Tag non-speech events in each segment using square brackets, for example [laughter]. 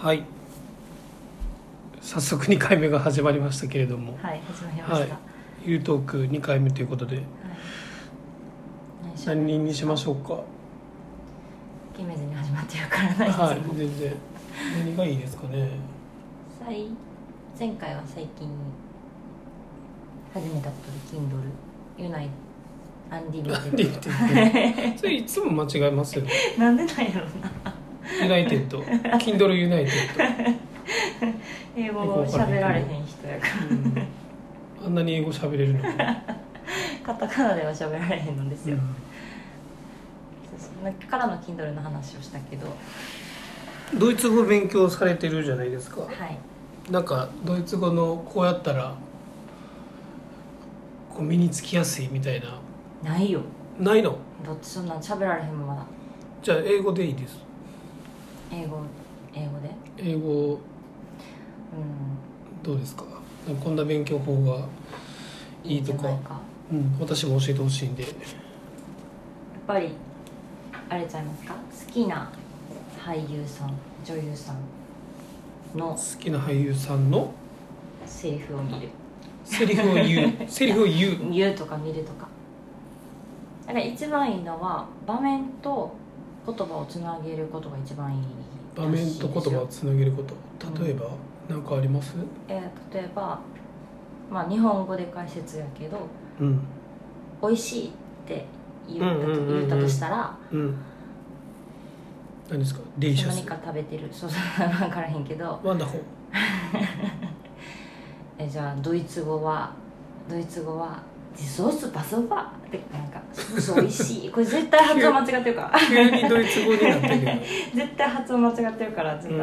はい早速2回目が始まりましたけれどもはい、始まりました。ははいい、 「ゆうトーク」2回目ということで何しろ何にしましょうか決めずに始まってるからないですもん、はい全然何がいいですかね最前回は最近始めたことで Kindle ユナイアンディビなんでテ言ってるのそれいつも間違えますよッドなんでなんやろうなユナイテッド Kindle ユナイテッド英語を喋られへん人やかうんあんなに英語喋れるのに、らカタカナでは喋られへんのですうよ、んそうそうなんかからの Kindle の話をしたけどはドイツ語勉強されてるじゃないですかいなんかドイツ語のこうやったらこう身につきやすいみたいなないよないのどっちそんなん喋られへんもんまだじゃあ英語でいいです英語英語で英語うんどうですかなんかこんな勉強法がいいとじゃかないかうん、私も教えてほしいんでやっぱりあれちゃいますか好きな俳優さん女優さんの好きな俳優さんのセリフを見るセリフを言 [laughs] うセリフを言う言うとか見るとかだから一番いいのは場面と言葉をつなげることが一番いい場面と言葉をを、つなげること例えば何かありますえー例えばまあ日本語で解説やけどうん「美味しい」って言ったうんうんうんとうん言ったとしたらうん何ですかデリシャス何か食べてるそうそう分からへんけどワンダホーえじゃあドイツ語はドイツ語はディソースパソバってなんかソース美味しいこれ絶対発音間違ってるから [laughs] 急にドイツ語になったけど、絶対発音間違ってるからちょっと、うん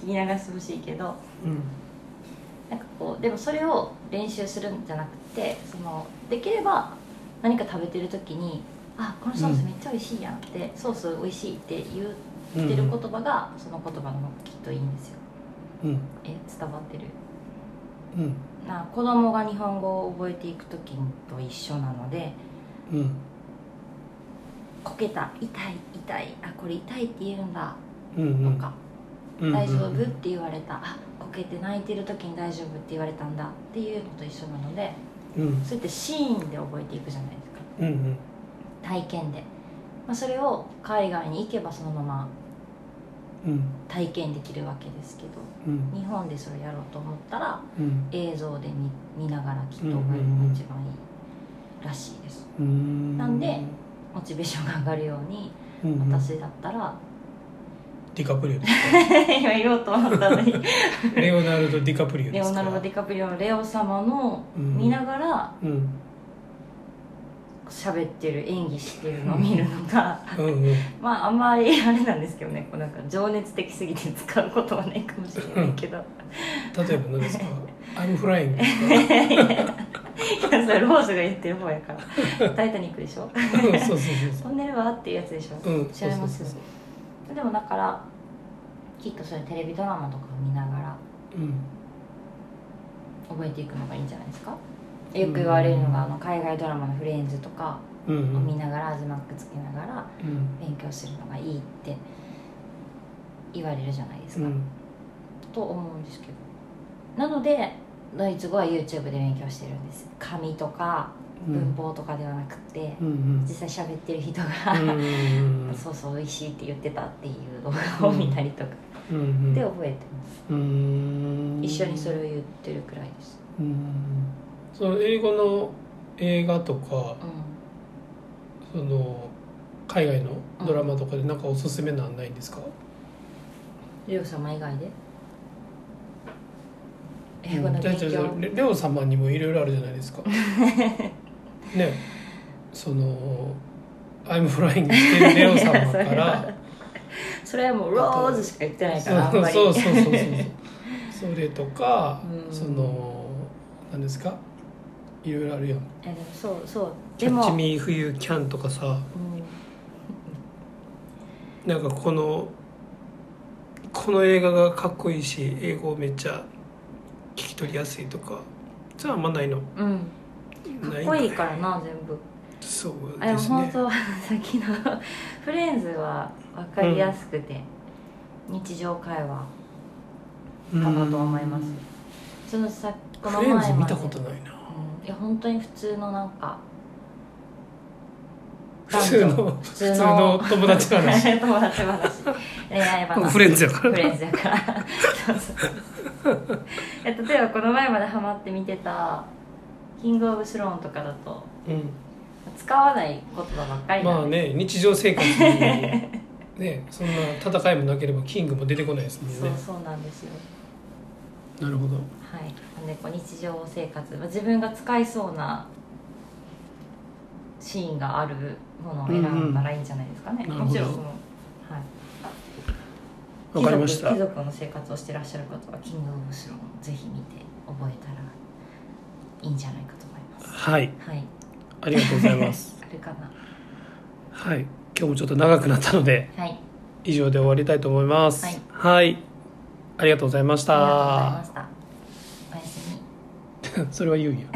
聞き流してほしいけど [laughs] うん、なんかこうでもそれを練習するんじゃなくてそのできれば何か食べてる時に「あこのソースめっちゃ美味しいやん」って、ソース美味しいって言ってる言葉が、その言葉の方がきっといいんですようんえ伝わってるうんな子供が日本語を覚えていく時と一緒なのでうんこけた痛い痛いあこれ痛いって言うんだうんうんとか、うん大丈夫って言われたあこけて泣いてる時に大丈夫って言われたんだっていうのと一緒なのでうんそうやってシーンで覚えていくじゃないですかうんうん体験で、まあ、それを海外に行けばそのままうん体験できるわけですけどうん日本でそれやろうと思ったらうん映像で見見ながらきっと覚えるのが一番いいらしいですうんなんでモチベーションが上がるようにうんうん私だったら [laughs] ディカプリオです今言おうと思ったのにかレオナルド・ディカプリオでレオすかナルド・ディカプリオのレオ様のうん見ながらうん喋ってる演技してるのを見るの [laughs] がうんうんまああんまりあれなんですけどねこうなんか情熱的すぎて使うことはないかもしれない [laughs] けどい例えば何です [laughs] か「I'm flying」ですかやそれローズが言ってる方やから「タイタニック」でしうょ「 [laughs] んそうそうそうそトンネルは?」っていうやつでしょううん違いますそうそうそでもだからきっとそれテレビドラマとかを見ながらううん覚えていくのがいいんじゃないですかよく言われるのがあの海外ドラマの「フレンズ」とかうをんう見んながら字幕つけながらうん勉強するのがいいって言われるじゃないですうか、んと思うんですけどなのでドイツ語は YouTube で勉強してるんです紙とかうん文法とかではなくて、うんうん実際喋ってる人うんうんが、[laughs] そうそう美味しいって言ってたっていう動画を見たりとかうんで覚えてます、うん一緒にそれを言ってるくらいですうんその英語の映画とかそうの海外のドラマとかでなんかおすすめなんないんですか、んレオ様以外で英語の勉じゃあじゃあ強レレオ様にもいろいろあるじゃない [laughs] ですかねその「I'm flying」してるレオ様かいやらそれはもうローズしか言ってないからあんそうまりそうそう [laughs] そうそうそれとかうんその何ですかいろいろあるやんえでもそうそう「キでャもッチ・ミー・フユー・キャン」とかさうんなんかこのこの映画がかっこいいし英語めっちゃ聞き取りやすいとかじゃああんまないのうん、かっこいいかららな全部そうあででもす本ね当さっきのフレンズは分かりやすくて、日常会話うんかなと思いますそのさこのフレンズ前見までたことないなうんいや本当に普通のなんか普通の普普通通のの友達の話友達話恋愛話フレンズやかフレらンズやからそうそうえ例えばこの前までハマって見てた「キングオブスローン」とかだとうん使わない言葉ばっかりなまんあで、ね日常生活にねそんな戦いもなければキングも出てこないですもんそうねそうなんですよなるほどはいなんでこう日常生活まあ自分が使いそうなシーンがあるものを選んだらいいんじゃないですかね、うんうんもちろんなるその、はい、わかりました貴族貴族の生活をしてらっしゃる方は「キングオブスローン」ぜひ見て覚えたらいいんじゃないかと思いますはいはいありがとうございます [laughs] あるかなはい今日もちょっと長くなったのではい以上で終わりたいと思いますはいはいありがとうございましありがとうごたざい [laughs] ましたおやすみそれは言うんや